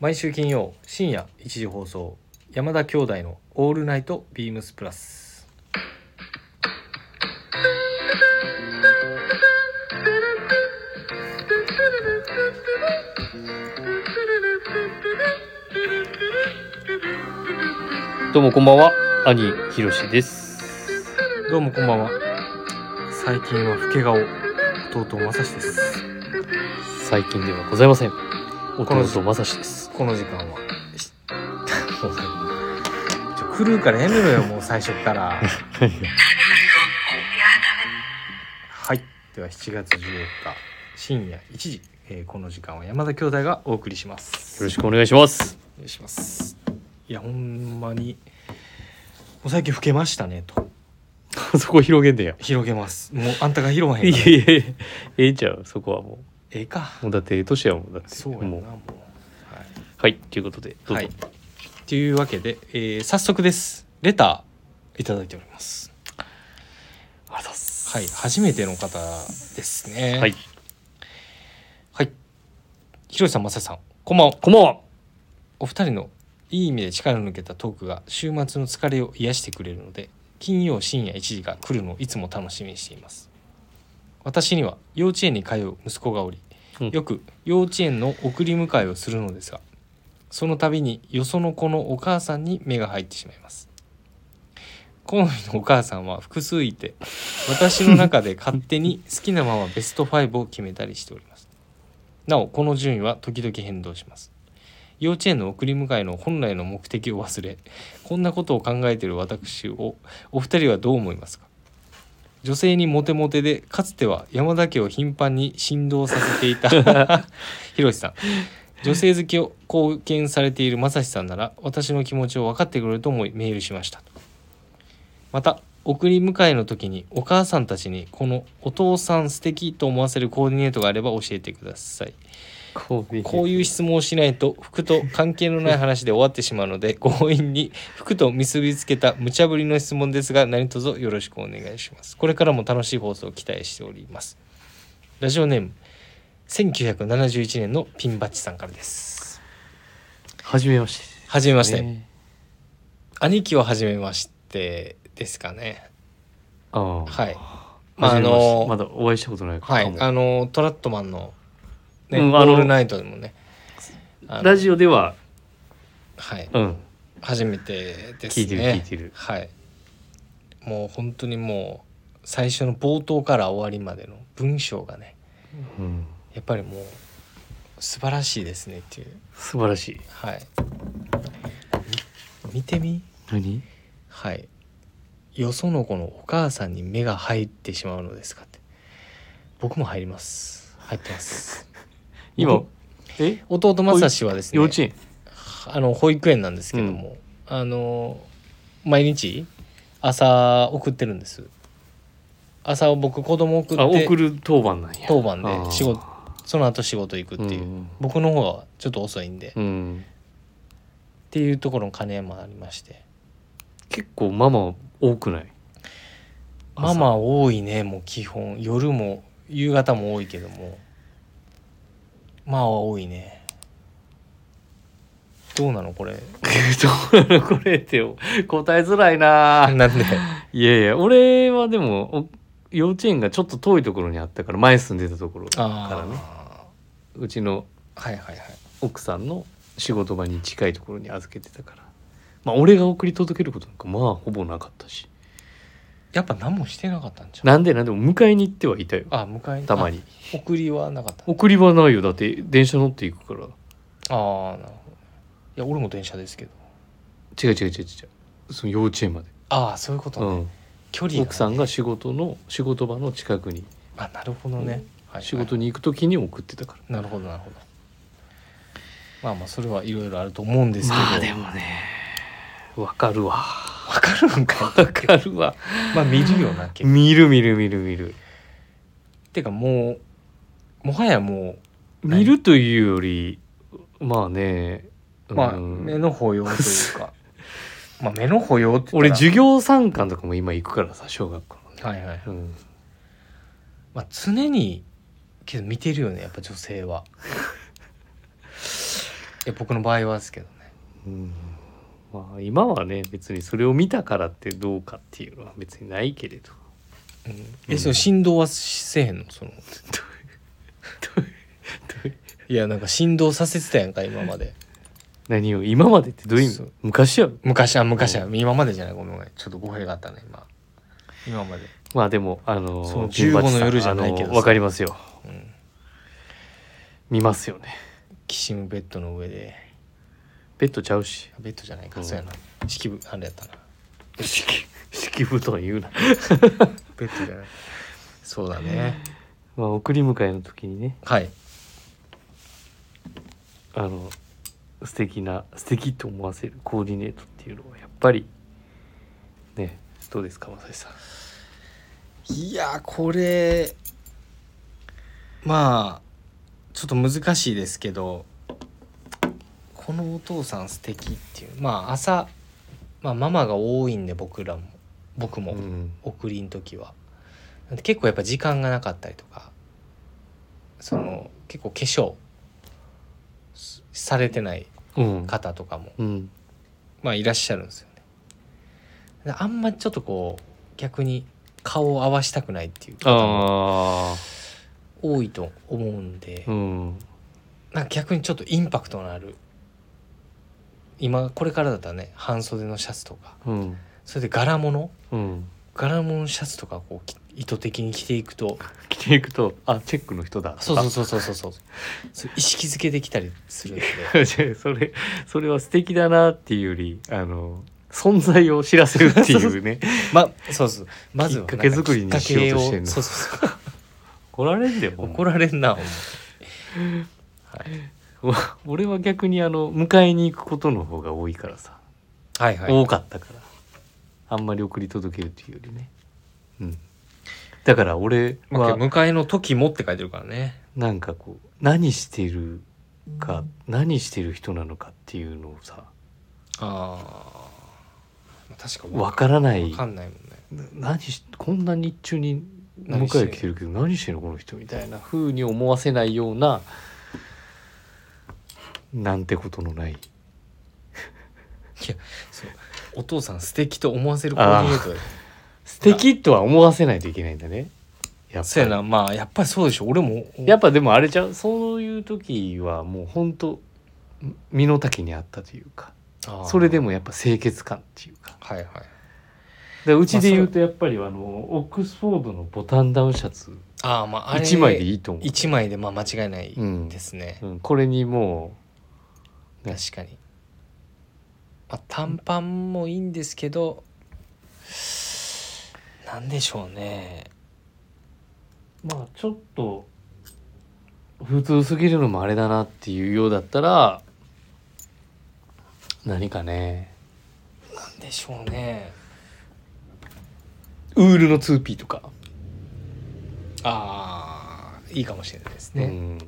毎週金曜深夜1時放送山田兄弟の「オールナイトビームスプラス」どうもこんばんは兄ひろしですどうもこんばんは最近は老け顔弟まさしです最近ではございませんこの弟まさしですこの時間はしもうちょ狂うからやめろよ もう最初からはいでは7月14日深夜1時、えーこの時間は山田兄弟がお送りしますよろしくお願いしますお願いしますいやほんまにもう最近老けましたねと そこ広げんねや広げますもうあんたが広まへいんやからえいやいやええんちゃうそこはもえかうもうだってええ年やもんだってそうやなももううはいということでどうぞ、はい、はい、というわけで、えー早速ですレターいただいておりますありがとうございますはい初めての方ですねはいはいひろしさんまさしさんこんばんはこんばんはお二人のいい意味で力の抜けたトークが週末の疲れを癒してくれるので金曜深夜1時が来るのをいつも楽しみにしています私には幼稚園に通う息子がおりうんよく幼稚園の送り迎えをするのですがその度によその子のお母さんに目が入ってしまいます好みのお母さんは複数いて私の中で勝手に好きなままベスト5を決めたりしておりますなおこの順位は時々変動します幼稚園の送り迎えの本来の目的を忘れこんなことを考えている私をお二人はどう思いますか女性にモテモテでかつては山田家を頻繁に振動させていたひろしさん女性好きを貢献されているまさしさんなら私の気持ちを分かってくれると思いメールしましたまた送り迎えの時にお母さんたちにこのお父さん素敵と思わせるコーディネートがあれば教えてくださいこ うこういう質問をしないと服と関係のない話で終わってしまうの で強引に服と結びつけた無茶ぶりの質問ですが何卒よろしくお願いしますこれからも楽しい放送を期待しておりますラジオネーム1971年のピンバッチさんからですはじめましてはじめまして、ね兄貴ははじめましてですかねああはいままあああのまだお会いしたことないかはかいもあのトラットマンのね、うんオあのールナイトでもねあのラジオでははいうん初めてですね聞いてる聞いてるはいもう本当にもう最初の冒頭から終わりまでの文章がねうんやっぱりもう素晴らしいですねっていう素晴らしいはいみ見てみ何はいよその子のお母さんに目が入ってしまうのですかって僕も入ります入って ます今僕え弟正志はですね幼稚園あの保育園なんですけども、あの毎日朝送ってるんです朝僕子供送あって送る当番なんや当番あーで仕事その後仕事行くっていう、うん僕の方はちょっと遅いんで、うっんていうところの兼ね合いもありまして結構ママ多くないママ多いねもう基本夜も夕方も多いけどもまあ多いねどうなのこれどうなのこれって答えづらいななん でいやいや俺はでもお幼稚園がちょっと遠いところにあったから前住んでたところからねあうちのーはいはいはい奥さんの仕事場に近いところに預けてたからまあ俺が送り届けることなんかまあほぼなかったしやっぱ何もしてなかったんじゃんなんでなんでも迎えに行ってはいたよあ迎えにたまにあ送りはなかった送りはないよだって電車乗っていくからああなるほどいや俺も電車ですけど違う違う違う違うその幼稚園まで、ああそういうことね、うん距離がね、奥さんが仕事の仕事場の近くにあなるほどね、はいはい仕事に行く時に送ってたから、なるほどなるほどまあまあそれはいろいろあると思うんですけど、まあでもねわか るわわかるんかわかるわまあ見るよな結構見る見る見る見るてかもうもはやも何見るというよりまあね、う、まあ、うん目の保養という かまあ目の保養って言ったら俺授業参観とかも今行くからさ小学校のね、はいはい、うん、まあ、 常にけど見てるよねやっぱ女性はいや僕の場合はですけどねうんまあ今はね別にそれを見たからってどうかっていうのは別にないけれどうんえその振動はせえへんのそのいやなんか振動させてたやんか今まで何を今までってどういう意そう味昔やろ昔は昔は今までじゃないごめんごめんちょっと語弊があったね今今まで、まあでもあのそう順八さ15んの夜じゃないけどさあのわかりますようん、見ますよねキシムベッドの上でベッドちゃうしベッドじゃないか、うんそうやな敷布あれやったな敷敷布団言うな、ベッドじゃないそうだねまあ、送り迎えの時にねはいあの素敵な素敵と思わせるコーディネートっていうのはやっぱりねどうですか正井さんいやこれまあちょっと難しいですけどこのお父さん素敵っていうまあ朝、まあ、ママが多いんで僕らも僕もうん送りん時は、なんで結構やっぱ時間がなかったりとかその結構化粧すされてないうん方とかもうんまあいらっしゃるんですよねであんまちょっとこう逆に顔を合わしたくないっていう方もああ多いと思うんで、うんなんか逆にちょっとインパクトのある今これからだったらね半袖のシャツとかうんそれで柄物うん柄物のシャツとかこうき意図的に着ていくと着ていくとあチェックの人だそう そうそうそうそうそうそう意識づけできたりするんで違うそれそれは素敵だなっていうよりあの存在を知らせる っていうねまそうそうまずはなんきっかけ作りにしようとしてんのきっかけをそうそうそう怒られんでも怒られんなお前俺は逆にあの迎えに行くことの方が多いからさ、はいはい多かったからあんまり送り届けるっていうよりねうんだから俺まあ、は迎えの時もって書いてるからね。なんかこう何してるか、何してる人なのかっていうのをさああ。確かわからないわかんないもんね。な何しこんな日中に迎何してんえの来てるけど何してんのこの人みたいな風に思わせないようななんてことのないそう。お父さん素敵と思わせるコーディネートだよ素敵とは思わせないといけないんだねやっそうぱやな。りまあ、やっぱりそうでしょ。俺も。やっぱでもあれじゃうそういう時はもう本当身の丈にあったというかあーそれで。もやっぱ清潔感っていうかはいはい。でうちで言うとやっぱりあのオックスフォードのボタンダウンシャツああ、まあ、あれ。 1枚でい。いいと思う一枚で、まあ、間違いないうんですね。うん、これにもうん確かに。まあ、短パンもいいんですけど。なんでしょうね。まあちょっと普通すぎるのもあれだなっていうようだったら何かねなんでしょうね。ウールの 2P とか、ああ。いいかもしれないですうね。ん、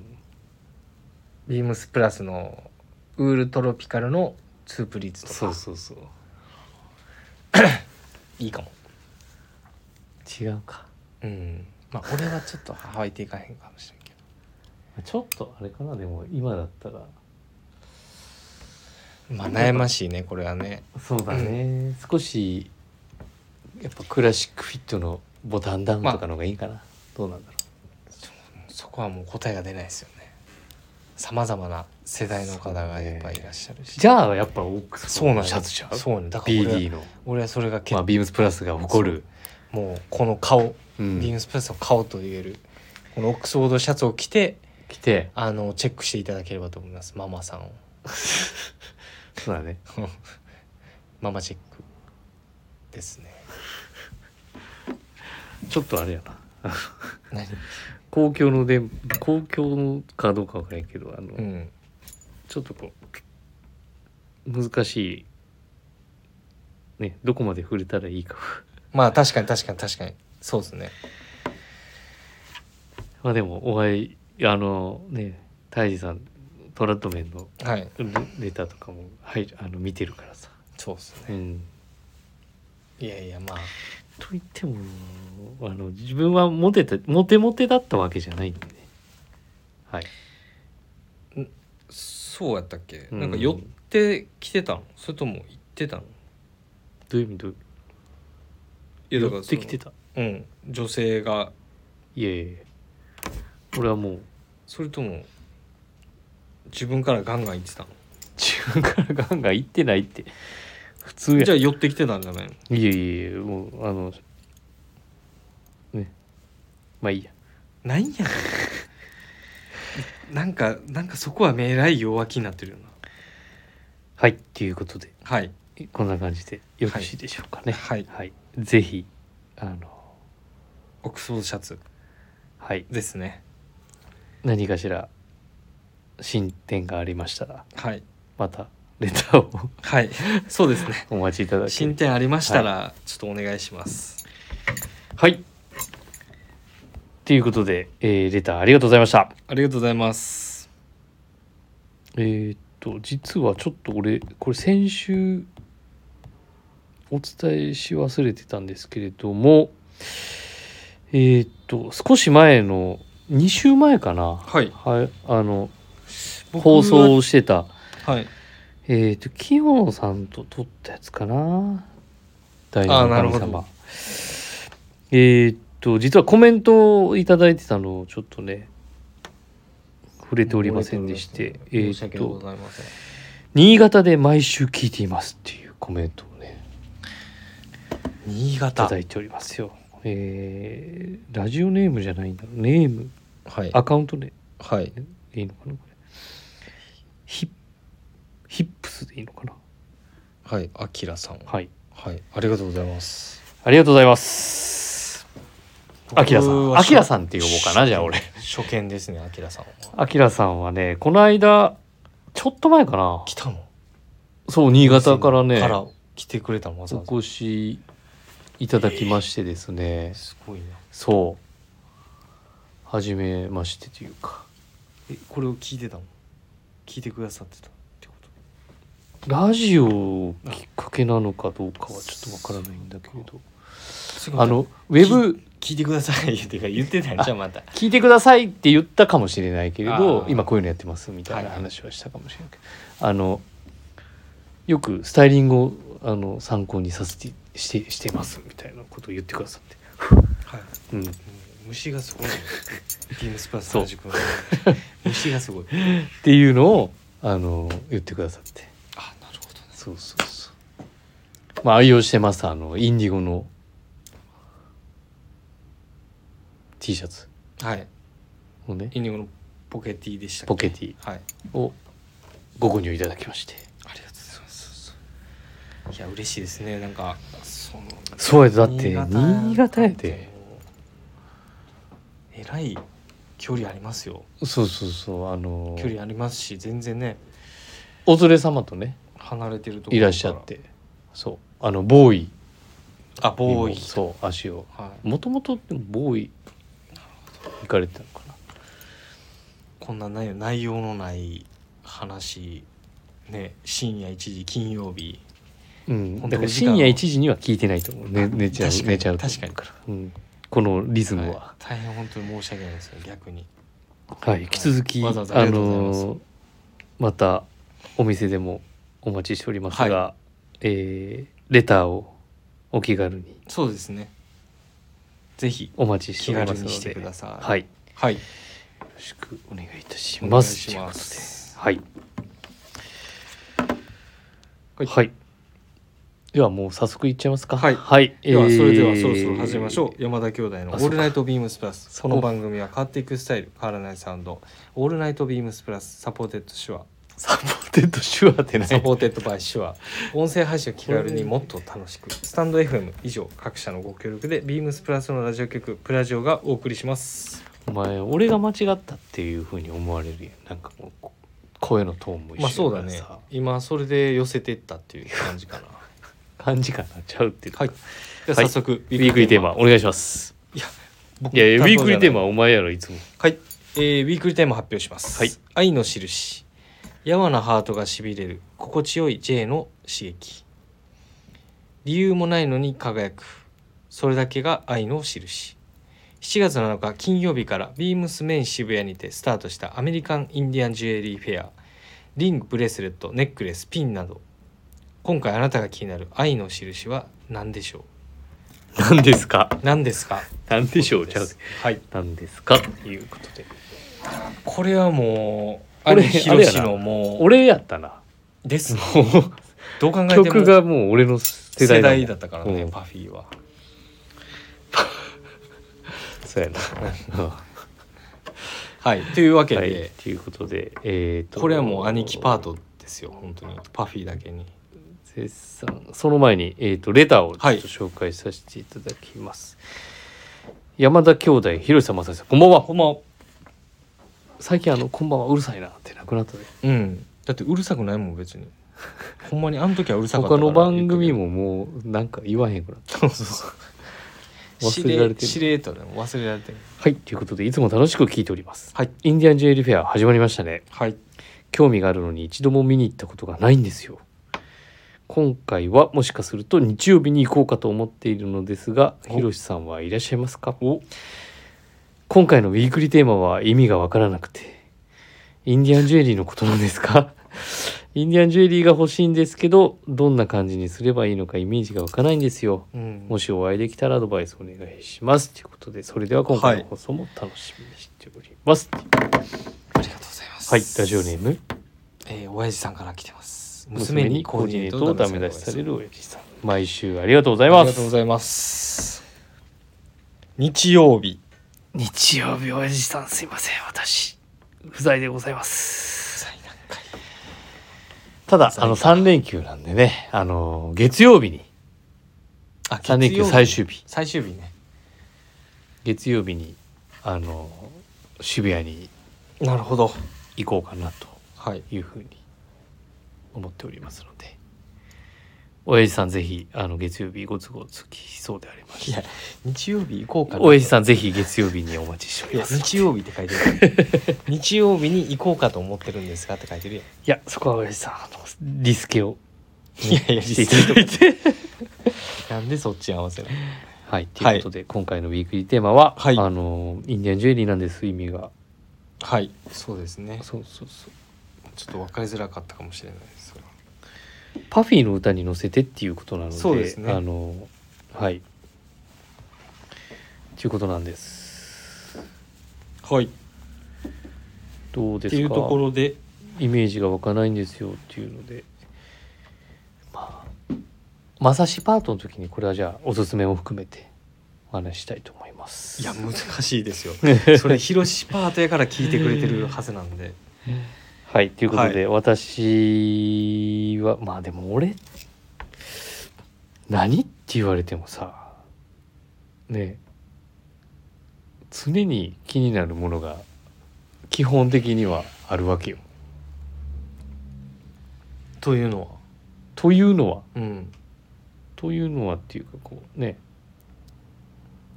ビームスプラスのウールトロピカルのツープリーズとかそうそうそういいかも違うかうんまあ俺はちょっとハワイていかへんかもしれんけどちょっとあれかなでも今だったらまあ悩ましいねこれはねそうだね、少しやっぱクラシックフィットのボタンダウンとかの方がいいかな、どうなんだろそこはもう答えが出ないですよねさまざまな世代の方がやっぱいらっしゃるうし、じゃあやっぱオックスそうなんシャツじゃんそうねだから俺は BD の、俺はそれがけ、まあ、ビームスプラスが誇る、もうこの顔、うビーん、ムスプラスの顔と言えるこのオックスフォードシャツを着て来てあのチェックしていただければと思いますママさんをそうだねママチェックですねちょっとあれやな何公共の電公共のかどうかわからないけどあの、うんちょっとこう難しいねどこまで触れたらいいかまあ確かに確かに確かにそうですねまあでもお会いあのね泰治さんトラッドメンのはいレターとかも、はい、あの見てるからさ、そうですねうん、いやいやまあと言ってもあの自分はモテてモテモテだったわけじゃないんでねはいそうやったっけ、うんなんか寄ってきてたのそれとも行ってたのどういう意味どういういやだから寄ってきてたそのうん女性がいやいやいや俺はもうそれとも自分からガンガン行ってたの自分からガンガン行ってないって普通やじゃあ寄ってきてたんじゃないのいやいやいやもうあのねまあいいやないんや んなんかなんかそこはめらい弱気になってるよなはいっていうことではいこんな感じでよろしいでしょうかねはいはい、ぜひあのオックスフォードシャツはいですね何かしら進展がありましたらはいまたレターをはい そうですねお待ちいただき進展ありましたら、ちょっとお願いしますはいということで、えーレターありがとうございましたありがとうございますえーっと実はちょっと俺これ先週お伝えし忘れてたんですけれどもえーっと少し前の2週前かなはいはいあの僕は放送をしてたはいえーっとキヨンさんと撮ったやつかな大あーのなる神ほど様えーっと実はコメントをいただいてたのをちょっとね触れておりませんでしてえ申しーっ訳ごとざいません新潟で毎週聞いていますっていうコメントをね新いた潟だいておりますよえーラジオネームじゃないんだろうネームはいアカウントではいいいのかなこれヒッヒップスでいいのかなはいあきらさんはいはいありがとうございますありがとうございますアキラさ僕んはアキラさんって呼ぼうかなじゃあ俺初初見ですねあきらさんはアキラさんはねこの間ちょっと前かな来たのそう新潟からねから来てくれたのわざわざお越しいただきましてですねすごいなそう。はじめましてというか。えこれを聞いてたの聞いてくださってたってことラジオをきっかけなのかどうかはちょっとわからないんだけれど。すごいあの、ウェブ、聞いてください ってか言ってたんじゃんまた聞いてくださいって言ったかもしれないけれどあ、ー今こういうのやってますみたいなはいはい話はしたかもしれないけど。あの、よくスタイリングをあの参考にさせてしてしてますみたいなことを言ってくださって。はいうん、虫がすごいビームスプラスそう原宿の虫がすごいっていうのをあの言ってくださって。あなるほどねそうそうそう。まあ愛用してますあのインディゴの T シャツはいをねインディゴのポケティでしたっけポケティはいをご購入いただきましてありがとうございますいや嬉しいですねなんかそのそうやでだって新潟やなんてでもうえらい距離ありますよそうそうそうあの距離ありますし全然ねお連れ様とね離れてるところいらっしゃってそうあのボーイにあもボーイそう足をはい、もともとでもボーイ行かれてたのかなこんな内容内容のない話ね深夜1時金曜日うん、本当だかおら時間を深夜1時には聞いてないと思う、ね、寝ちゃう確かに寝ちゃうと思う確から、うん、このリズムは、はい大変本当に申し訳ないですよ逆にはい、引き続き、わざわざあありがとうございますのーまたお店でもお待ちしておりますが、えーレターをお気軽にそうですねぜひお待ちして気おりま軽すにしてのくでだ、さいはい、よはいろしくお願いいたしお願まいす。しますというはことではい、はい、ではもう早速いっちゃいますか。はいはい、ではそれではえーそろそろ始めましょう、山田兄弟の「オあールナイトビームスプラス」そここの番組は変わっていくスタイル変わらないサウン ド「オールナイトビームスプラスサポーテッドシュア」サポーテッド手話ってない。サポーテッドバイシュ ア音声配信を気軽にもっと楽しくスタンド FM 以上各社のご協力でビームスプラスのラジオ局プラジオがお送りしますお前俺が間違ったっていうふうに思われるやんなんかもうこ声のトーンも一緒まあそうだからねさ今それで寄せてったっていう感じか な感じかなちゃうっていうかはいじゃあはい早速、ウィークリーテーマお願いしますいやいやウィークリーテーマはお前やろいつもはい、えーウィークリーテーマ発表します。はい愛の印。やわなハートがしびれる心地よい J の刺激。理由もないのに輝く。それだけが愛の印。7月7日金曜日からビームスメン渋谷にてスタートしたアメリカンインディアンジュエリーフェアリングブレスレットネックレスピンなど今回あなたが気になる愛の印は何でしょう何ですか何ですか何でしょうじゃはいあ何ですかということでこれはもうこれ有吉弘行のも俺やったなうですねもどう考えうて曲もがもう俺の世代世だ代だったからうねんパフィーはそうやな はいというわけはいでということでえーとこれはもう兄貴パートですよ本当にパフィーだけに絶賛その前に、えー、とレターをちょはっいと紹介させていただきます、山田兄弟広瀬さん正さんこんばんはほんま最近あの「こんばんはうるさいな」ってなくなったでうんだってうるさくないもん別に ほんまにあの時はうるさかったか他らの番組ももうなんか言わへんくなったそうそうそう忘れられてるしれっとね忘れられてるはいということでいつも楽しく聞いておりますはいインディアンジェリーフェア始まりましたねはい興味があるのに一度も見に行ったことがないんですよ今回はもしかすると日曜日に行こうかと思っているのですがおひろしさんはいらっしゃいますか今回のウィークリーテーマは意味がわからなくてインディアンジュエリーのことなんです かインディアンジュエリーが欲しいんですけどどんな感じにすればいいのかイメージがわかないんですようんもしお会いできたらアドバイスお願いしますということでそれでは今回の放送も楽しみにしておりますはい、ありがとうございますラジオネームえー、親父さんから来てます娘にコーディネートをダメ出しされるる親父さん毎週ありがとうござあいりまがとうごすざいます日曜日日曜日親父さんすいません私不在でございます最難関ただ在あの3連休なんでねあの月曜日にあ3連休月曜最終日最終日ね月曜日にあの渋谷になるほど行こうかなとはいいうふうに思っておりますので親父さんぜひあの月曜日ご都合つきそうでありまいしやて日曜日行こうかなと親父さんぜひ月曜日にお待ちしておいりやますので日曜日って書いてる日曜日に行こうかと思ってるんですがって書いてるやんいやそこは親父さんあのリスケを いやいやしていただいてなんでそっち合わせないはいということで、今回のウィークリーテーマは、はいあのインディアンジュエリーなんです意味がはいそうですねそうそうそうちょっと分かりづらかったかもしれないですそれはパフィーの歌に乗せてっていうことなのでそうですねあのはいということなんですはいどうでってすかいうところでイメージが湧かないんですよっていうのでまあまさしパートの時にこれはじゃあおすすめも含めてお話ししたいと思いますい や難しいですよ それ広しパートやから聞いてくれてるはずなんではいということで、私はまあでも俺何って言われてもさねえ常に気になるものが基本的にはあるわけよ。 というのはというのはうんというのはっていうかこうね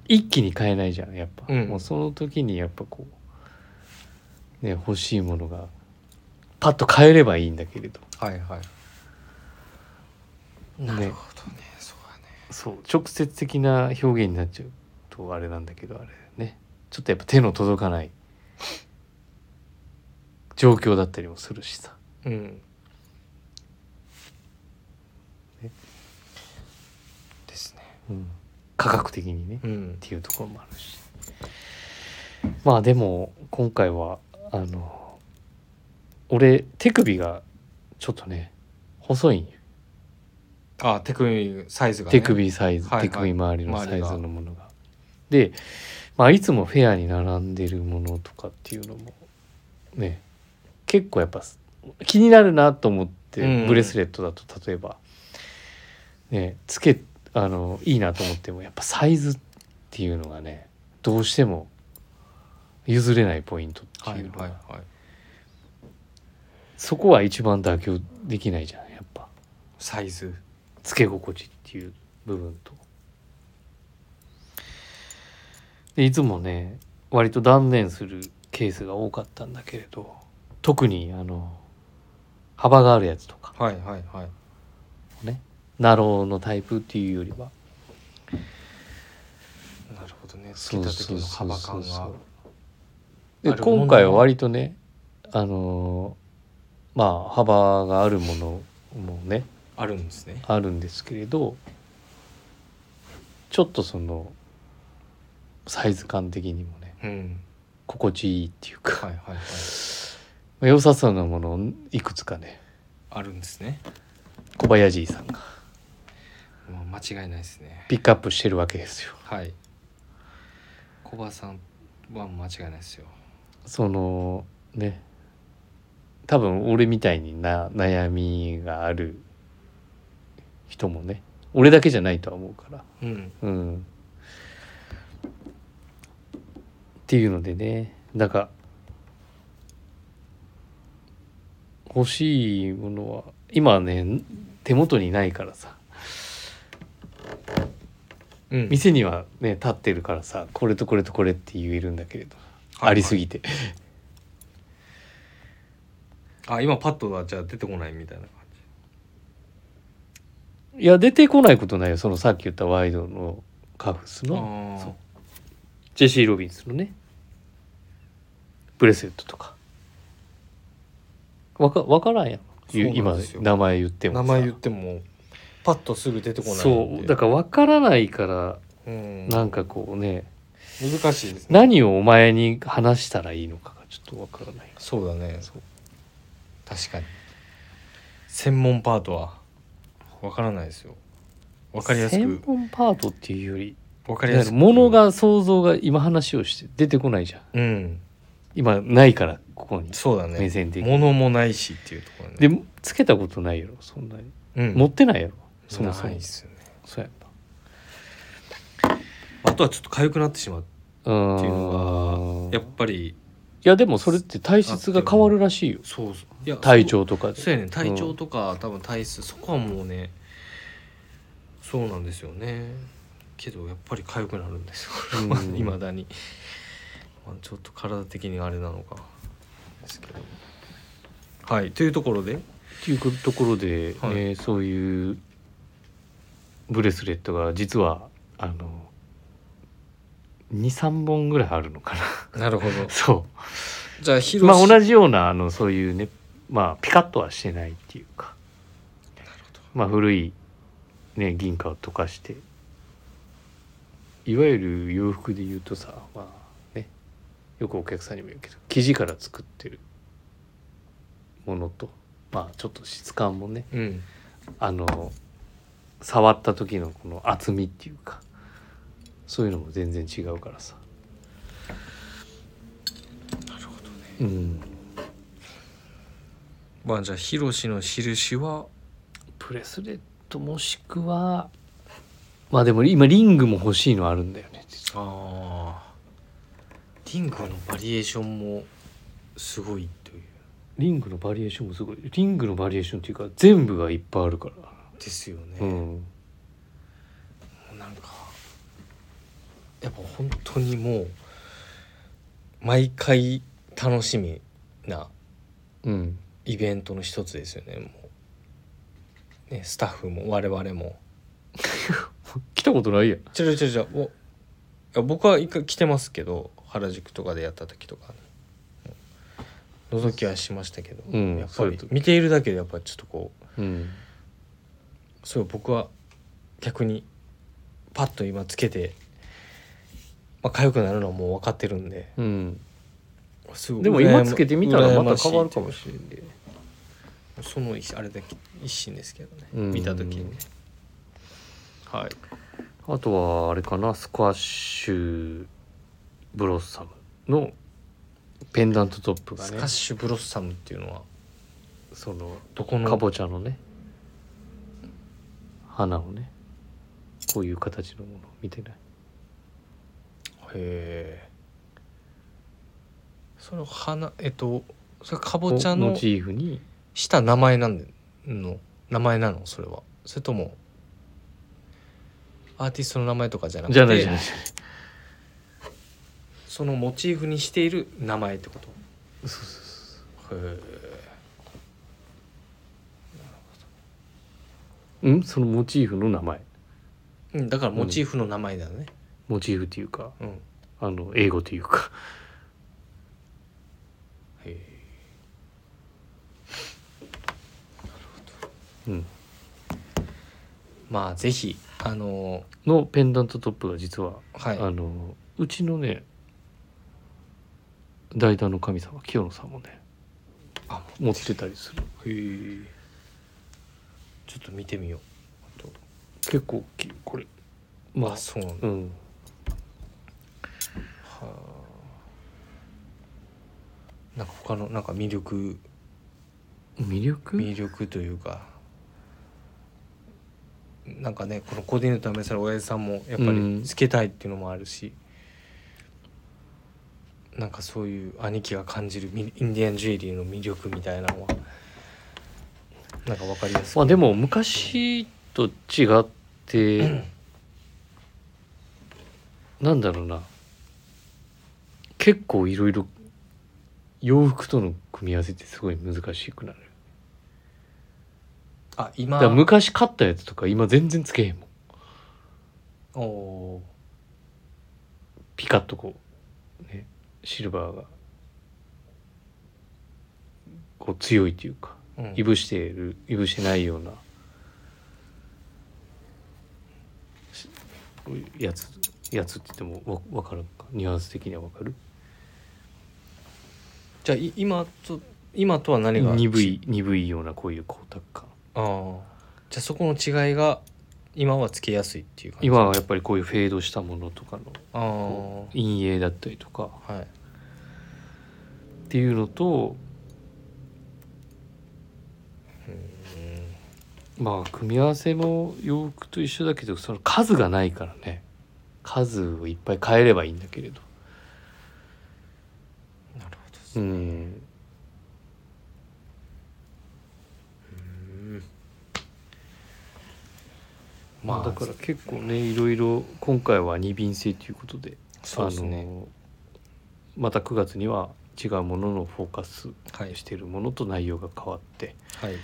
一気に買えないじゃんやっぱ、うんもうその時にやっぱこうね欲しいものがパッと買えればいいんだけれどはいはいなるほどねそうだねそう直接的な表現になっちゃうとあれなんだけどあれねちょっとやっぱ手の届かない状況だったりもするしさうんえですねうん価格的にね、っうんていうところもあるしまあでも今回はあの俺手首がちょっとね細いんよあ手首サイズがね手首サイズ、はいはい手首周りのサイ周ズりのがものが。で、まあ、いつもフェアに並んでるものとかっていうのもね結構やっぱ気になるなと思って、うんブレスレットだと例えばねつけあのいいなと思ってもやっぱサイズっていうのがねどうしても譲れないポイントってはいいうのが、はいはいそこは一番妥協できないじゃんやっぱサイズつけ心地っていう部分とでいつもね割と断念するケースが多かったんだけれど特にあの幅があるやつとかはいはいはいねナローのタイプっていうよりはなるほどねつけた時の幅感そうそうそうがそうであるもの今回は割とねあのーまあ幅があるものもねあるんですねあるんですけれどちょっとそのサイズ感的にもねうん心地いいっていうか、 はいはいはいまあ良さそうなものをいくつかねあるんですね小林さんがまあ間違いないですねピックアップしてるわけですよ。はいコバさんは間違いないですよそのね多分俺みたいにな悩みがある人もね俺だけじゃないとは思うからうんうんっていうのでねなんか欲しいものは今はね手元にないからさうん店にはね立ってるからさこれとこれとこれって言えるんだけれど、ありすぎてあ今パッとはじゃあ出てこないみたいな感じいや出てこないことないよそのさっき言ったワイドのカフスのあそうあジェシー・ロビンスのねブレスレットとかわかわからんやんゆそうなん今ですよ名前言っても名さ前言ってもパッとすぐ出てこないそうだかからわからないからら、うん、なんかこうね、難しいですね何をお前に話したらいいのかがちょっとわからないそうだねそう確かに専門パートはわからないですよわかりやす専く門パートっていうよりわかりやすくものが想像が今話をして出てこないじゃんうん今ないからここにそうだね目線的にものもないしっていうところねでつけたことないやろそんなに、うん持ってないやろそもそなもいっすよねそうやっぱあとはちょっと痒くなってしまううーんっていうのやっぱりいやでもそれって体質が変わるらしいよそうそういや体調とかでそうそうやね体調とか、多分体質そこはもうねそうなんですよねけどやっぱり痒くなるんですうよ んいまだに、まあ、ちょっと体的にあれなのかですけどはいというところでっていうところで、はいえーそういうブレスレットが実はあの23本ぐらいあるのかな なるほどそじゃあうま広あし同じようなあのそういうねまあピカッとはしてないっていうかまあ古い、ね、銀貨を溶かしていわゆる洋服で言うとさまあねよくお客さんにも言うけど生地から作ってるものとまあちょっと質感もねうんあの触った時のこの厚みっていうかそういうのも全然違うからさなるほどねうんまあじゃあ広しの印はブレスレットもしくはまあでも今リングも欲しいのあるんだよね実はあーリングのバリエーションもすごいというリングのバリエーションもすごいリングのバリエーションっていうか全部がいっぱいあるから、ですよね、うんなんかやっぱ本当にもう毎回楽しみなうんイベントの一つですよねもうねスタッフも我々も来たことないやんちょちょちょおいや僕は一回来てますけど原宿とかでやった時とかにうん覗きはしましたけど、うんやっぱそういうり時見ているだけでやっぱりちょっとこううんそう僕は逆にパッと今つけて、まあ痒くなるのはもう分かってるんでうんすごいでも羨ま今つけてみたらまた変わるかも羨まししれんでいその一あれだけ一心ですけどねうん見た時にねはいあとはあれかなスクワッシュブロッサムのペンダントトップがスねカッシュブロッサムっていうのはそのどこのかぼちゃのね花をねこういう形のもの見てないへえそれ花えっとそれかぼちゃのモチーフにした名前なんでの名前なのそれはそれともアーティストの名前とかじゃなくてじゃないじゃないじゃないそのモチーフにしている名前ってことそうそうそうへえそううんそのモチーフの名前うんだからモチーフの名前だねモチーフっていうかうん、へあの英語っていうかえうん、まあぜひあののペンダントトップが実は、はいあのうちのね代打の神様清野さんもねあ持ってたりするへえちょっと見てみようあと結構大きいこれままああそうなんだうんはあなんか他のなんか魅力魅力魅力というかなんかねこのコーディネートの試される親父さんもやっぱうんりつけたいっていうのもあるし、なんかそういう兄貴が感じるミインディアンジュエリーの魅力みたいなのはなんかわかりやすまいあでも昔と違ってなんだろうな結構いろいろ洋服との組み合わせってすごい難しくなるあだから今昔買ったやつとか今全然つけへんもんおおピカッとこう、ね、シルバーがこう強いというかー、うんいぶしているいぶしてないようなしやつやつって言ってもわ分かるかニュアンス的には分かるじゃあい今と今とは何が鈍い鈍いようなこういう光沢感あーじゃあそこの違いが今はつけやすいっていう感じ今はやっぱりこういうフェードしたものとかのあー陰影だったりとかはいっていうのとまあ組み合わせも洋服と一緒だけどその数がないからね数をいっぱい変えればいいんだけれどなるほどですうんまあ、だから結構ねいろいろ今回は二便制ということでそうですねあのまた9月には違うもののフォーカスはいしてるものと内容が変わってはい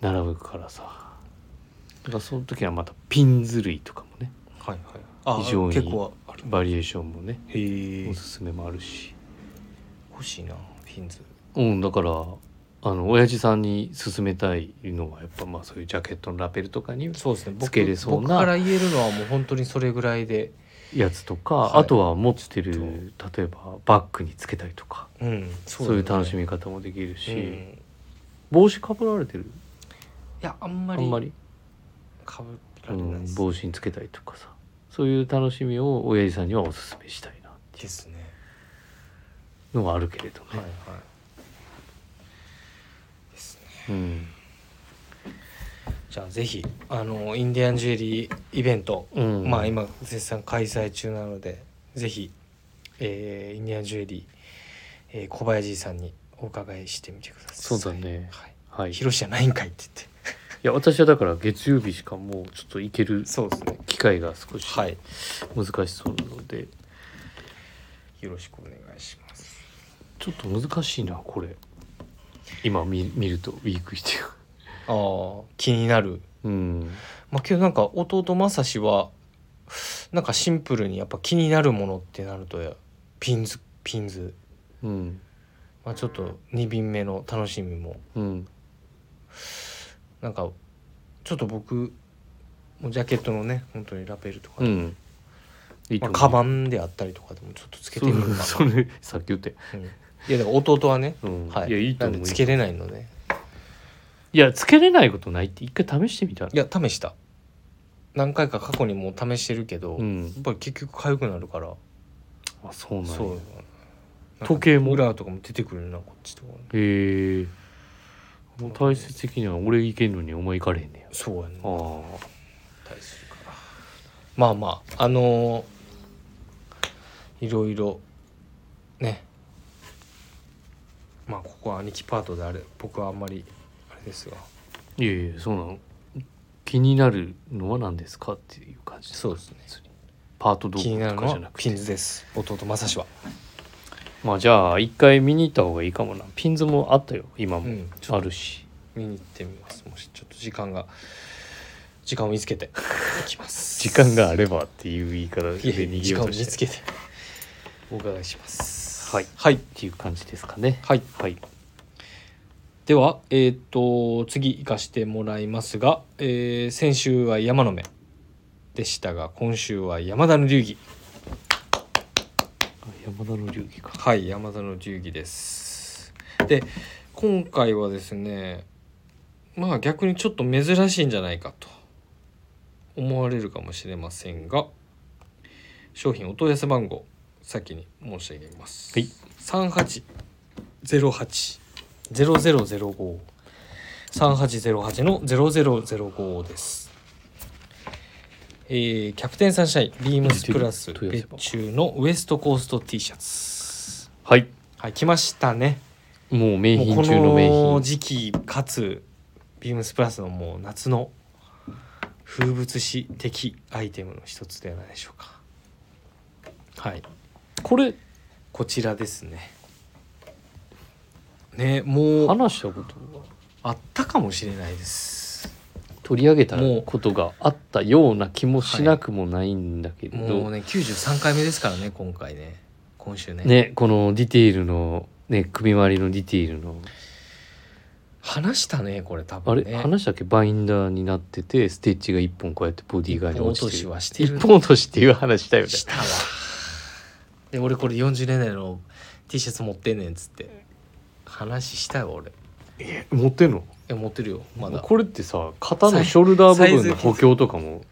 並ぶからさだからその時はまたピンズ類とかもねはいはいあ非常に結構あるバリエーションもねへえおすすめもあるし、欲しいなフィンズうん、だからあの親父さんに勧めたいのはやっぱまあそういうジャケットのラベルとかにそうですね僕つけれそうな僕から言えるのはもう本当にそれぐらいでやつとか、はいあとは持ってる例えばバッグにつけたりとかうんそ,、そうだねいう楽しみ方もできるし、うんい帽子かぶられてるやあんあまりんまり、かぶうられないん、です帽子につけたりとかさそういう楽しみを親父さんにはおすすめしたいなっていですねうのはあるけれどね。はいはいですねうんじゃあぜひあのインディアンジュエリーイベントうんまあ今絶賛開催中なのでぜひ、えーインディアンジュエリー、えー小林さんにお伺いしてみてくださそいうだねはいはい、い広しじゃないんかいって言っや私はだから月曜日しかもうちょっと行けるてそうですね機会が少しはい難しそうなので、よろしくお願いしますちょっと難しいなこれ今見見るとウィークしてああ気になるうんまあ今日なんか弟正志はなんかシンプルにやっぱ気になるものってなるとやピンズピンズ、うんまあ、ちょっと2便目の楽しみもうんなんかちょっと僕もジャケットのね本当にラペルとか、うんいいまとあ、思うカバンであったりとかでもちょっとつけてみるかなそうそれさっき言って、うんいやでも弟はね、うんはいいやいいと思なんうでつけれないのでいやつけれないことないって一回試してみたらいや試した何回か過去にもう試してるけど、うやんっぱり結局痒くなるから、あそうなんやそう時計も裏とかも出てくるなこっちとかねへえもう体質的には俺行けんのにお前行かれへんねやそうやねああ対するからまあまああのーいろいろねまあここは兄貴パートであれ僕はあんまりあれですがいやいやそうなの気になるのは何ですかっていう感じそうですね別にパート動画気になるとのかじゃはなくピてンズです弟正志はまあじゃあ一回見に行った方がいいかもなピンズもあったよ今うもんちょあっとるし、見に行ってみますもしちょっと時間が時間を見つけ て行きます時間があればっていう言い方いえで逃げ時間ようをと見してつけてお伺いしますはいはいっていう感じですかねはいはいでは、えっ、と、次行かしてもらいますが、えー先週は山の目でしたが、今週は山田の流儀。あ山田の流儀かはい、山田の流儀です。で、今回はですね、まあ逆にちょっと珍しいんじゃないかと思われるかもしれませんが、商品お問い合わせ番号、先に申し上げます。はい。 3808-0005。3808の0005です。えーキャプテンサンシャインビームスプラス問い合わせ別番号注のウエストコースト T シャツはいはい来ましたねもう名もう品こ中の名の品時期かつビームスプラスのもう夏の風物詩的アイテムの一つではないでしょうかはいこれこちらですねねもう話したことはあったかもしれないです取り上げたもうことがあったような気もしなくもないんだけれど、もうね93回目ですからね今回ね今週ねねこのディテールのね首回りのディテールの話したねこれ多あれ、分ね話したっけバインダーになっててステッチが一本こうやってボディ側に一本落落とちてしるはして一るんだ本落としっていう話したよねしたわで俺これ40年代の T シャツ持ってんねんっつって話したよ俺持ってんのえ持ってるよまだこれってさ肩のショルダー部分の補強とかも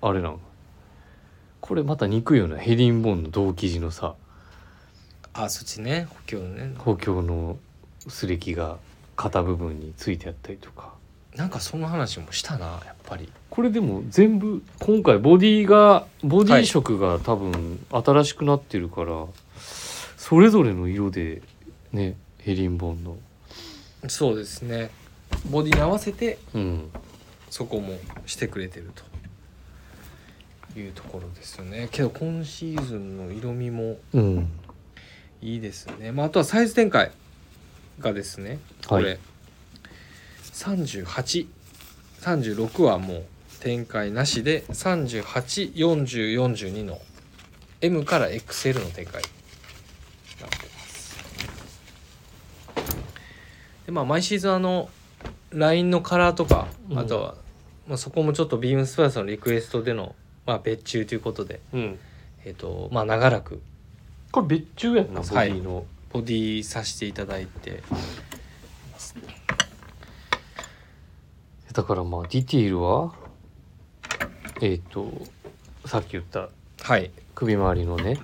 あれなのこれまた憎いよなヘリンボーンの胴生地のさあそっちね補強のね補強のすれきが肩部分についてあったりとかなんかその話もしたなやっぱりこれでも全部今回ボディがボディ色が多分新しくなってるから、それぞれの色でねヘリンボーンのそうですねボディに合わせてうんそこもしてくれてるというところですよねけど今シーズンの色味もうんいいですね、まあ、あとはサイズ展開がですねこれ、はい3836はもう展開なしで384042の M から XL の展開になってますでまあ毎シーズンあのラインのカラーとかうんあとは、まあ、そこもちょっとビームスプラスのリクエストでの、まあ、別注ということで、うんえっとまあ、長らくこれ別注やんなボディの、ボディさせていただいてだからまあディティールはえっ、とさっき言ったはい首周りのね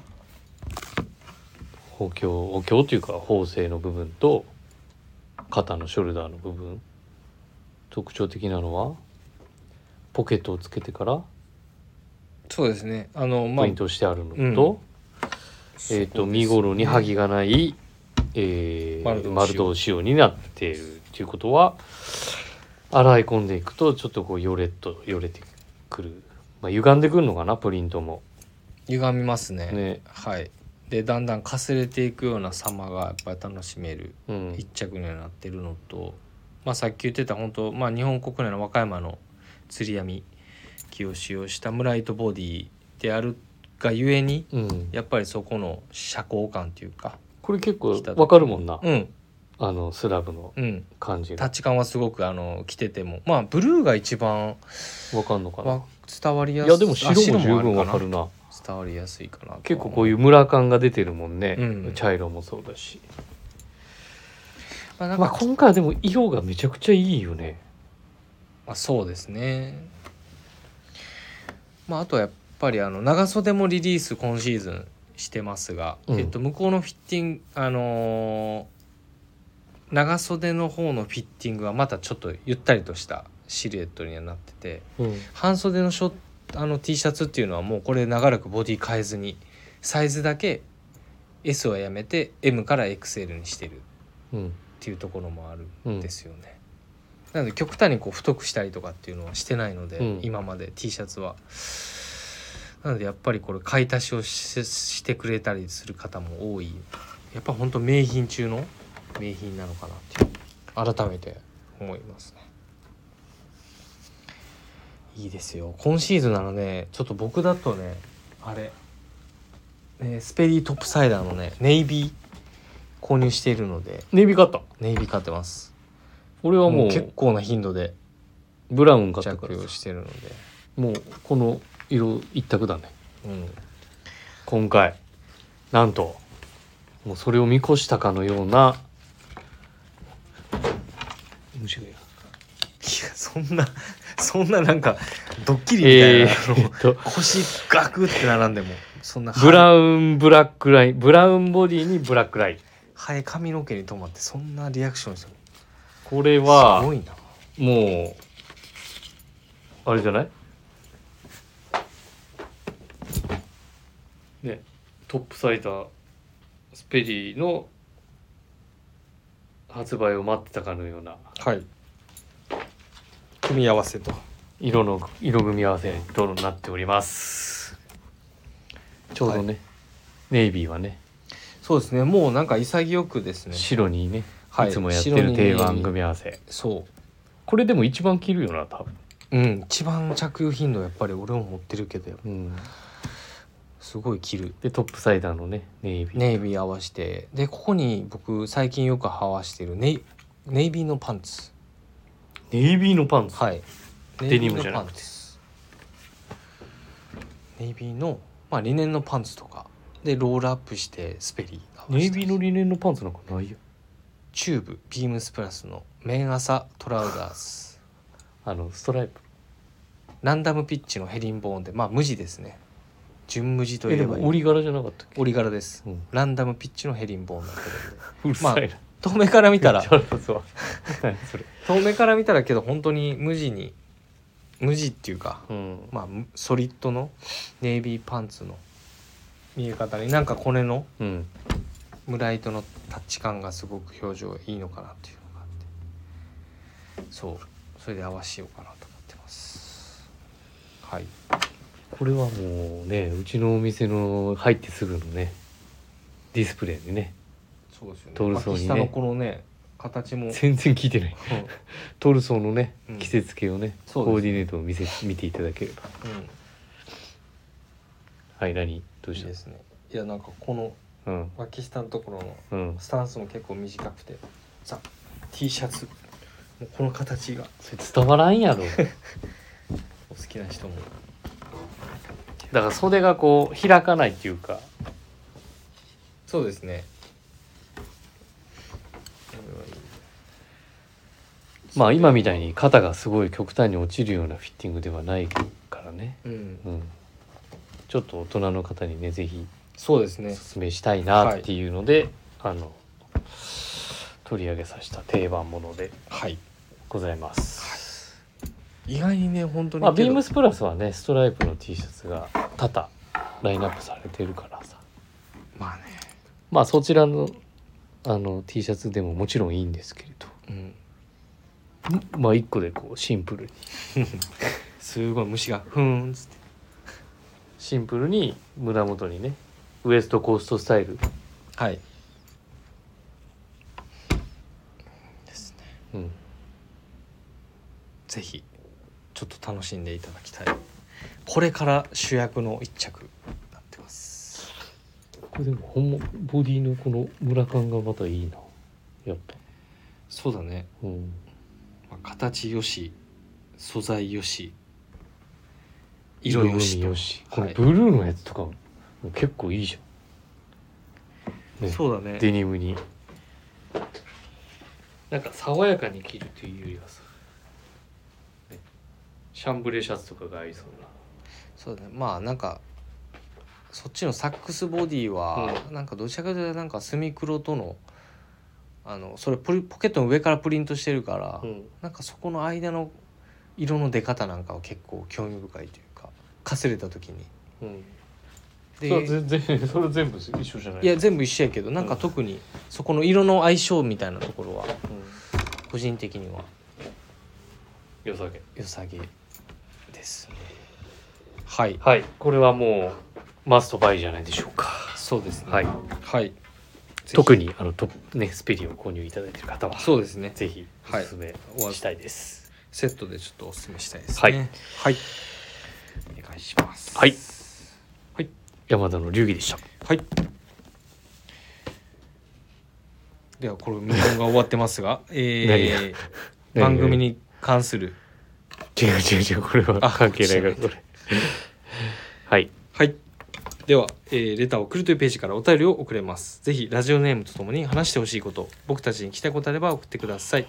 補強補強というか縫製の部分と肩のショルダーの部分特徴的なのはポケットをつけてからそうですねあのまプあリントしてあるのと、うんえっ、と身頃にははぎぎがない、え丸胴仕ー、様丸胴仕様になっているっていうことは洗い込んでいくとちょっとこうよれっとよれてくる、まあ、歪んでくるのかなプリントも歪みますねね、はいでだんだんかすれていくような様がやっぱり楽しめるうん一、着にはなってるのと、まあ、さっき言ってた本当、まあ、日本国内の和歌山の釣り網機を使用したムライトボディであるがゆえにうん、やっぱりそこの遮光感というかこれ結構わかるもんな、うんあのスラブのうん感じタがッチ感はすごくあの着ててもまあブルーが一番わかんのかなわ伝わりやいすいやでも白も十分わわかるな伝わりやすいかな結構こういういうムラ感が出てるもんね、うん茶色もそうだし、まあなんかまあ、今回はでも色がめちゃくちゃいいよねまあ、そうですねまああとはやっぱりあの長袖もリリース今シーズンしてますが、うんえっと、向こうのフィッティングあのー長袖の方のフィッティングはまたちょっとゆったりとしたシルエットにはなっててうん半袖のショあの T シャツっていうのはもうこれ長らくボディ変えずにサイズだけ S はやめて M から XL にしてるうんっていうところもあるうんんですよね。なので極端にこう太くしたりとかっていうのはしてないので、うん今まで T シャツは。なのでやっぱりこれ買い足しをししてくれたりする方も多いやっぱ本当名品中の名品なのかなっていう改めて思いますね。いいですよ今シーズンならねちょっと僕だとねあれ、ねスペリートップサイダーのねネイビー購入しているのでネイビー買ったネイビー買ってます俺はももう結う構な頻度でブラウン買ったか着ら用してるので、もうこの色一択だねうん、今回なんともうそれを見越したかのような虫がいるそんな そんななんかドッキリみたいえな、あーのっと腰ガクって並んでもそんなブラウンブラックラインブラウンボディにブラックラインハエ髪の毛に止まってそんなリアクションしてるこれすはごいなもうあれじゃないねトップサイダースペリーの発売を待ってたかのようなはい組み合わせと色の色組み合わせどのになっておりますちょうどね、ネイビーはねそうですねもうなんか潔くですね白にね、はいい、つもやって白るに定番組み合わせそこれでも一番着るよな多分、ううん一番着用頻度やっぱり俺も持ってるけどうん、すごい着るでトップサイダーのねネイビー、ネイビー合わせてでここに僕最近よく合わしてるネイネイビーのパンツネイビーのパンツ、はいデニムじゃなくてネイビーの、まあ、リネンのパンツとかでロールアップしてスペリー合わせたりネイビーのリネンのパンツなんかないよチューブビームスプラスのメンアサトラウダースあのストライプランダムピッチのヘリンボーンでまあ無地ですね純無地といえでえばいいも折り柄じゃなかったっけ、折り柄ですうん、ランダムピッチのヘリンボーンだけどうるさいな、遠目から見たらちょっとそう何 それ遠目から見たらけど本当に無地に無地っていうかうんまあむソリッドのネイビーパンツの見え方になんかこれのうんムライトのタッチ感がすごく表情いいのかなっていうのがあってそうそれで合わせようかなと思ってますはいこれはもうねうちのお店の入ってすぐのねディスプレイでねそうですよねトルソーにねまあ下のこのね形 も、全然聞いてないうんトルソーのねうん季節系をね、そうですコーディネートを見せ見ていただければうん、はい何どういいしたですねいやなんかこのうん脇下のところのうんスタンスも結構短くてさ T シャツもうこの形がそれ伝わらんや ろお好きな人もだから袖がこう開かないっていうかそうですねこれはいいまあ今みたいに肩がすごい極端に落ちるようなフィッティングではないからね、うんうん、ちょっと大人の方にねぜひそうですねおすすめしたいなっていうので、あの取り上げさせた定番ものではいございます。意外にね本当にまあ、けビどームスプラスはねストライプの T シャツが多々ラインナップされてるからさまあね、まあそちらのあの T シャツでももちろんいいんですけれうん、どまあ1個でこうシンプルにすごい虫がふーんっつってシンプルに胸元にねウエストコーストスタイル、はいですねうん、ぜひちょっと楽しんでいただきたいこれから主役の一着になってますこれでもほんまボディのこのムラ感がまたいいなやっぱ、そうだね、うん、まあ、形よし素材よし色よしと色味しこはのいブルーのやつとかも結構いいじゃん、ねそうだねデニムになんか爽やかに着るというよりはさ、ねシャンブレーシャツとかが合いそうなそうだねまあなんかそっちのサックスボディは、なんかどちらかというとなんか墨黒とのあのそれポリポケットの上からプリントしてるから、うんなんかそこの間の色の出方なんかは結構興味深いというかかすれた時に。うんそでれは全然 それ全部一緒じゃないいや全部一緒やけどなんか特にそこの色の相性みたいなところはうん個人的には良さげ良さげですね。はいはいこれはもうマストバイじゃないでしょうかそうですね。はいはい、特ににあのトップねスペリを購入いただいている方はそうですねぜひおはいすすめおしたいです、セットでちょっとお勧めしたいですはいね。はい。お願いします。はい山田の流儀でしたはい。ではこれ無言が終わってますが、えー何ええ番組に関する、違う違う違うこれはあ関係ないからここれはいはいでは、えーレターを送るというページからお便りを送れますぜひラジオネームとともに話してほしいこと僕たちに聞きたいことあれば送ってください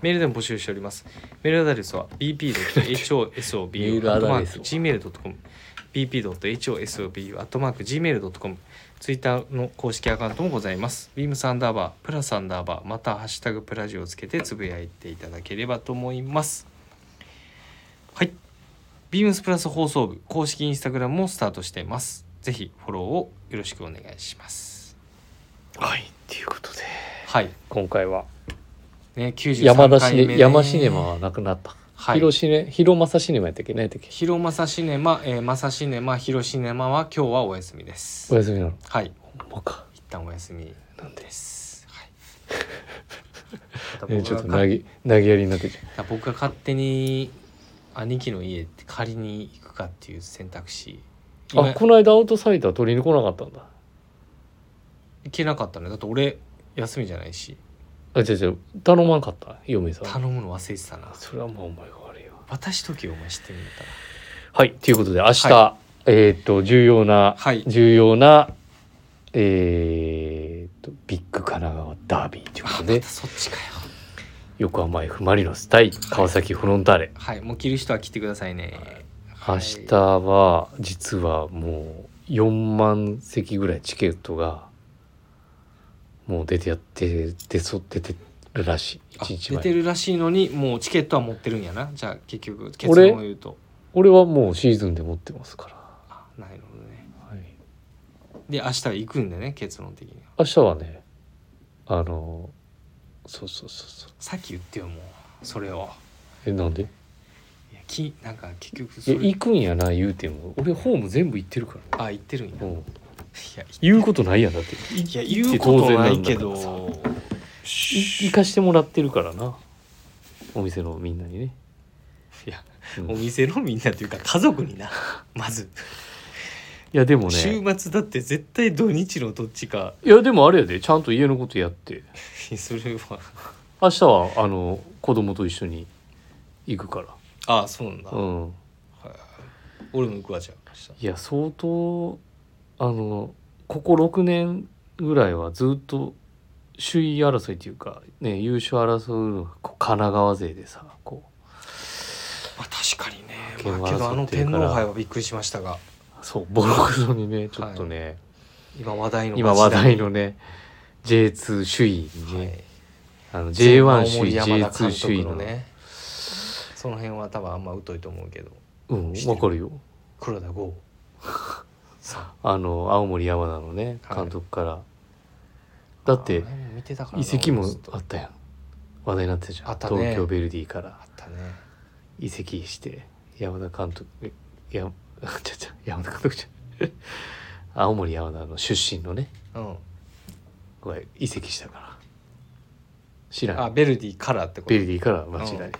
メールでも募集しておりますメールアドレスは メールアドレスを bp.hosobu.gmail.com bp.hosobu.gmail.com ツイッターの公式アカウントもございます。ビームサンダーバー、プラサンダーバー、またハッシュタグプラジオをつけてつぶやいていただければと思います。はい。ビームスプラス放送部公式インスタグラムもスタートしています。ぜひフォローをよろしくお願いします。はいっていうことではい。今回はね、93山田シ回目、ネね、山シネマはなくなった、はい広シネ広正シネマやったっけ何やったっけ広正シネマ、えー、正シネマ、広シネマは今日はお休みですお。休みなのはい。ほんまか一旦お休みなんです。はい。また僕 ねがちょっと投勝げ投げやりになってきだから僕が勝手に兄貴の家って借りに行くかっていう選択肢た今あこの間アウトサイダー取りに来なかったんだ行けなかったねだって俺休みじゃないしあ違う違う頼まんかった嫁さん頼むの忘れてたなそれはもうお前が悪いわ私時計お前知ってみたらはいということで明日、はえーっと重要な、はい重要なえーっとビッグ神奈川ダービーというこあとまでたそっちかよ横浜 F ・マリノス対川崎フロンターレ、はいもう着る人は着てくださいね明日は実はもう4万席ぐらいチケットがもう出てやって出そ出てるらしいあ一日出て前るらしいのにもうチケットは持ってるんやなじゃあ結局結俺論を言うと俺はもうシーズンで持ってますから、あなるほどねはい、で明日は行くんでね結論的には明日はねあのそうそうそうそうさっき言ってよもうそれをえなんでいやきなんか結局いそやれ行くんやな言うても俺ホーム全部行ってるかあ行ってるんやら、ういん、や言うことないやんだっていや行っ言うてことな当然んいだけからどさい行かしてもらってるからなお店のみんなにね、いやうんおい店のみんなというか家族にな まず、やでもね週末だって絶対土日のどっちかいやでもあれやでちゃんと家のことやってそれは明日はあの子供と一緒に行くかああそうなんだ、らうんはい俺も行くわじゃあ明日いや相当あのここ6年ぐらいはずっと首位争いというか、ね、優勝争うのがこう神奈川勢でさこうまあ確かにね、県をまあ、けどあ争のってる天から皇杯はびっくりしましたがそうボロクソにねちょっとね、今話題の今話題のね J2 首位にはいね、あの J1 青森首位山田監 J2 督首位のねねその辺は多分あんま疎いと思うけどうんわかるよ黒田剛さあの青森山田のねはい監督から、あだってあの辺見てたから移な籍も俺ずっとあったやん話題になってたじゃんあったね東京ヴェルディからあったね移籍して山田監督えや ちゃちゃ山田監督じゃん 青森山田の出身のねうん子が移籍したから知らあんベルディからってことベルディから町う田に、ん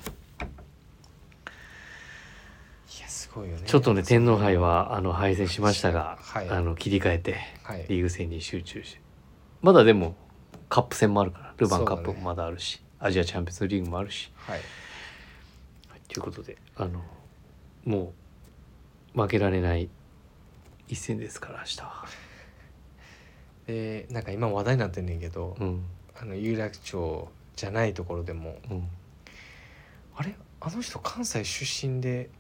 いやすごいよねちょっとね天皇杯はあの敗戦しましたが、はいあの切り替えてはいリーグ戦に集中してまだでもカップ戦もあるからルヴァンカップもまだあるし、アジアチャンピオンズリーグもあるしはいはいということであのもう負けられない一戦ですから明日は、でなんか今話題になってんねんけど、うんあの有楽町じゃないところでもうん、あれあの人関西出身で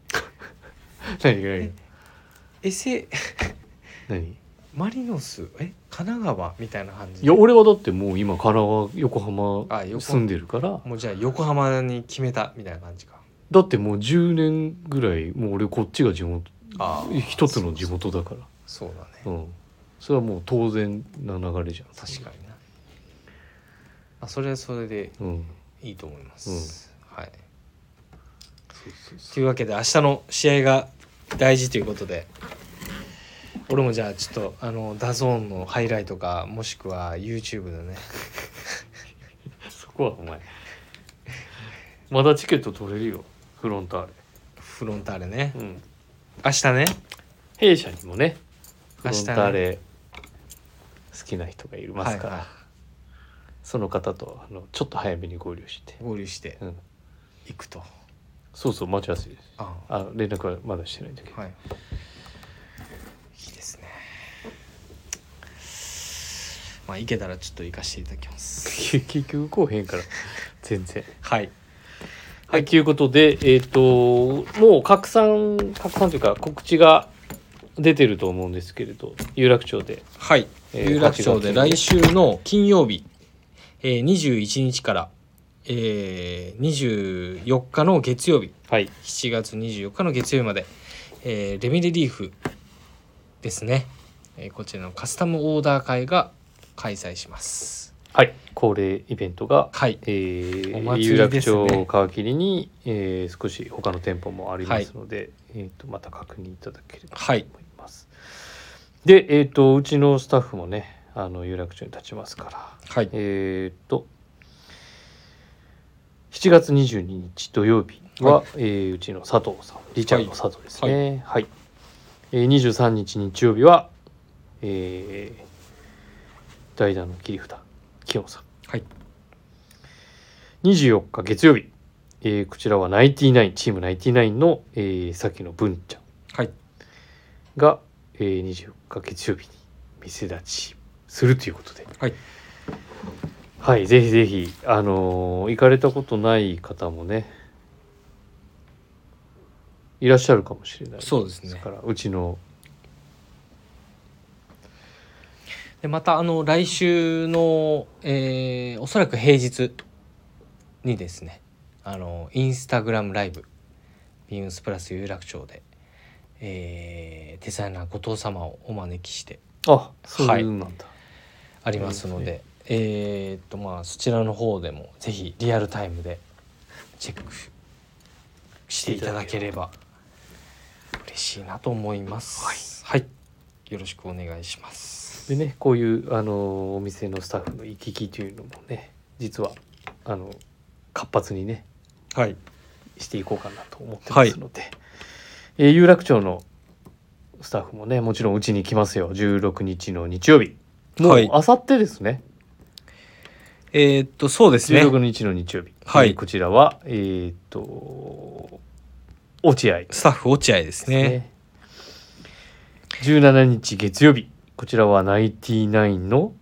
何何エセ何いマリノスえ神奈川みたいな感じでや俺はだってもう今神奈川横浜あ横住んでるからもうじゃあ横浜に決めたみたいな感じかだってもう10年ぐらいもう俺こっちが地元あー一つの地元だからそうだうねんそれはもう当然な流れじゃん確かになあそれはそれでにうんいいと思います、はいそうそうそというわけで明日の試合が大事ということで俺もじゃあちょっとあのダゾーンのハイライトかもしくは YouTube でねうそこはお前まだチケット取れるよフロンターレフロンターレねうん明日ね弊社にもねフ明ロ日ンねターレ好きな人がいますから、はいはその方とあのちょっと早めに合流してい合流してうん行くとそうそう待ち合わせですああ連絡はまだしてないんだけど、はいいいですねまあ行けたらちょっと行かせていただきます 結局こうへんから全然はいはい、ということで、えっ、と、もう拡散、拡散というか告知が出てると思うんですけれど、有楽町で。はい、えー有楽町で8月来週の金曜日、えー、21日から、えー、24日の月曜日はい、 7月24日の月曜日まで、えーレミレリーフですね、えーこちらのカスタムオーダー会が開催しますはい、恒例イベントが、はいえーお祭有り楽ですね町を皮切りに、えー少し他の店舗もありますので、えっと、また確認いただければとはい思います。で、えっ、と、うちのスタッフもね、あの有楽町に立ちますから、はいえーっと7月22日土曜日は、はえーうちの佐藤さんリチャード佐藤ですねはい、えー、23日日曜日は、えー、代打の切り札清野さんはい24日月曜日、えーこちらはナインティナインチームナインティナインの、えー、さっきの文ちゃんはいが、えー、24日月曜日に店立ちするということではいはい、ぜひぜひ、あのー行かれたことない方もね、いらっしゃるかもしれないそうですねから、うちの、でまたあの来週の、えーおそらく平日にですねあのインスタグラムライブ「ビームスプラス有楽町で」えーデザイナー後藤様をお招きしてあ、そういうのなんだ。ありますのでいいえーっとまあそちらの方でもぜひリアルタイムでチェックしていただければ嬉しいなと思います。はい、よろしくお願いします。でね、こういう、あのーお店のスタッフの行き来というのもね、実は、あの、活発にね、はいしていこうかなと思ってますので、えー有楽町のスタッフもね、もちろんうちに来ますよ、16日の日曜日。もはうい、あさってですね。えーっとそうですね。 16日の日曜日、はいえーこちらはえーっと落合でスタッフ落合ですすね。ね17日月曜日こちらはナインティナインの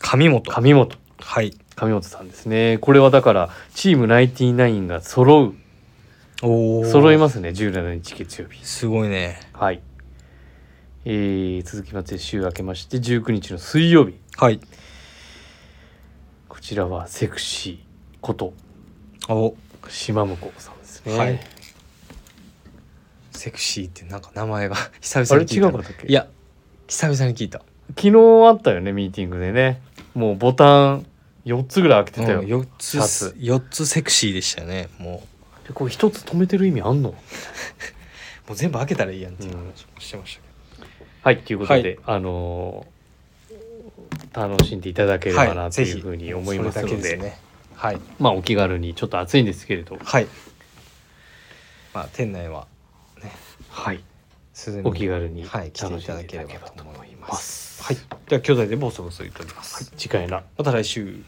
上本。上本はい。上本さんですねこれはだからチームナインティナインが揃おう揃いまますね17日月曜日す。すごいね。はい、えー続きまして週明けまして19日の水曜日はい。こちらはセクシーことお、島向こうさんですね、はいセクシーってなんか名前が 久あ々れに聞違いうたかな。ったっけいや、久々に聞いた。昨日あったよねミーティングでねもうボタン4つぐらい開けてたよ、うんで四シャツつ、四つセクシーでしたね。もこれ1つ止めてる意味あんのう、もう全部開けたらいいやんっていう話もしてましたけはいということで、はいあのー楽しんでいただけれど。ばなとぜいひうふうに思いますそのれで,、だけですね。はい。まあお気軽にちょっと暑いんですけれどはい。まあ、店内ははい涼みにお気軽にはい、来ていただければと思います。はい。では、兄弟でボソボソ言っております。次回なまた来週。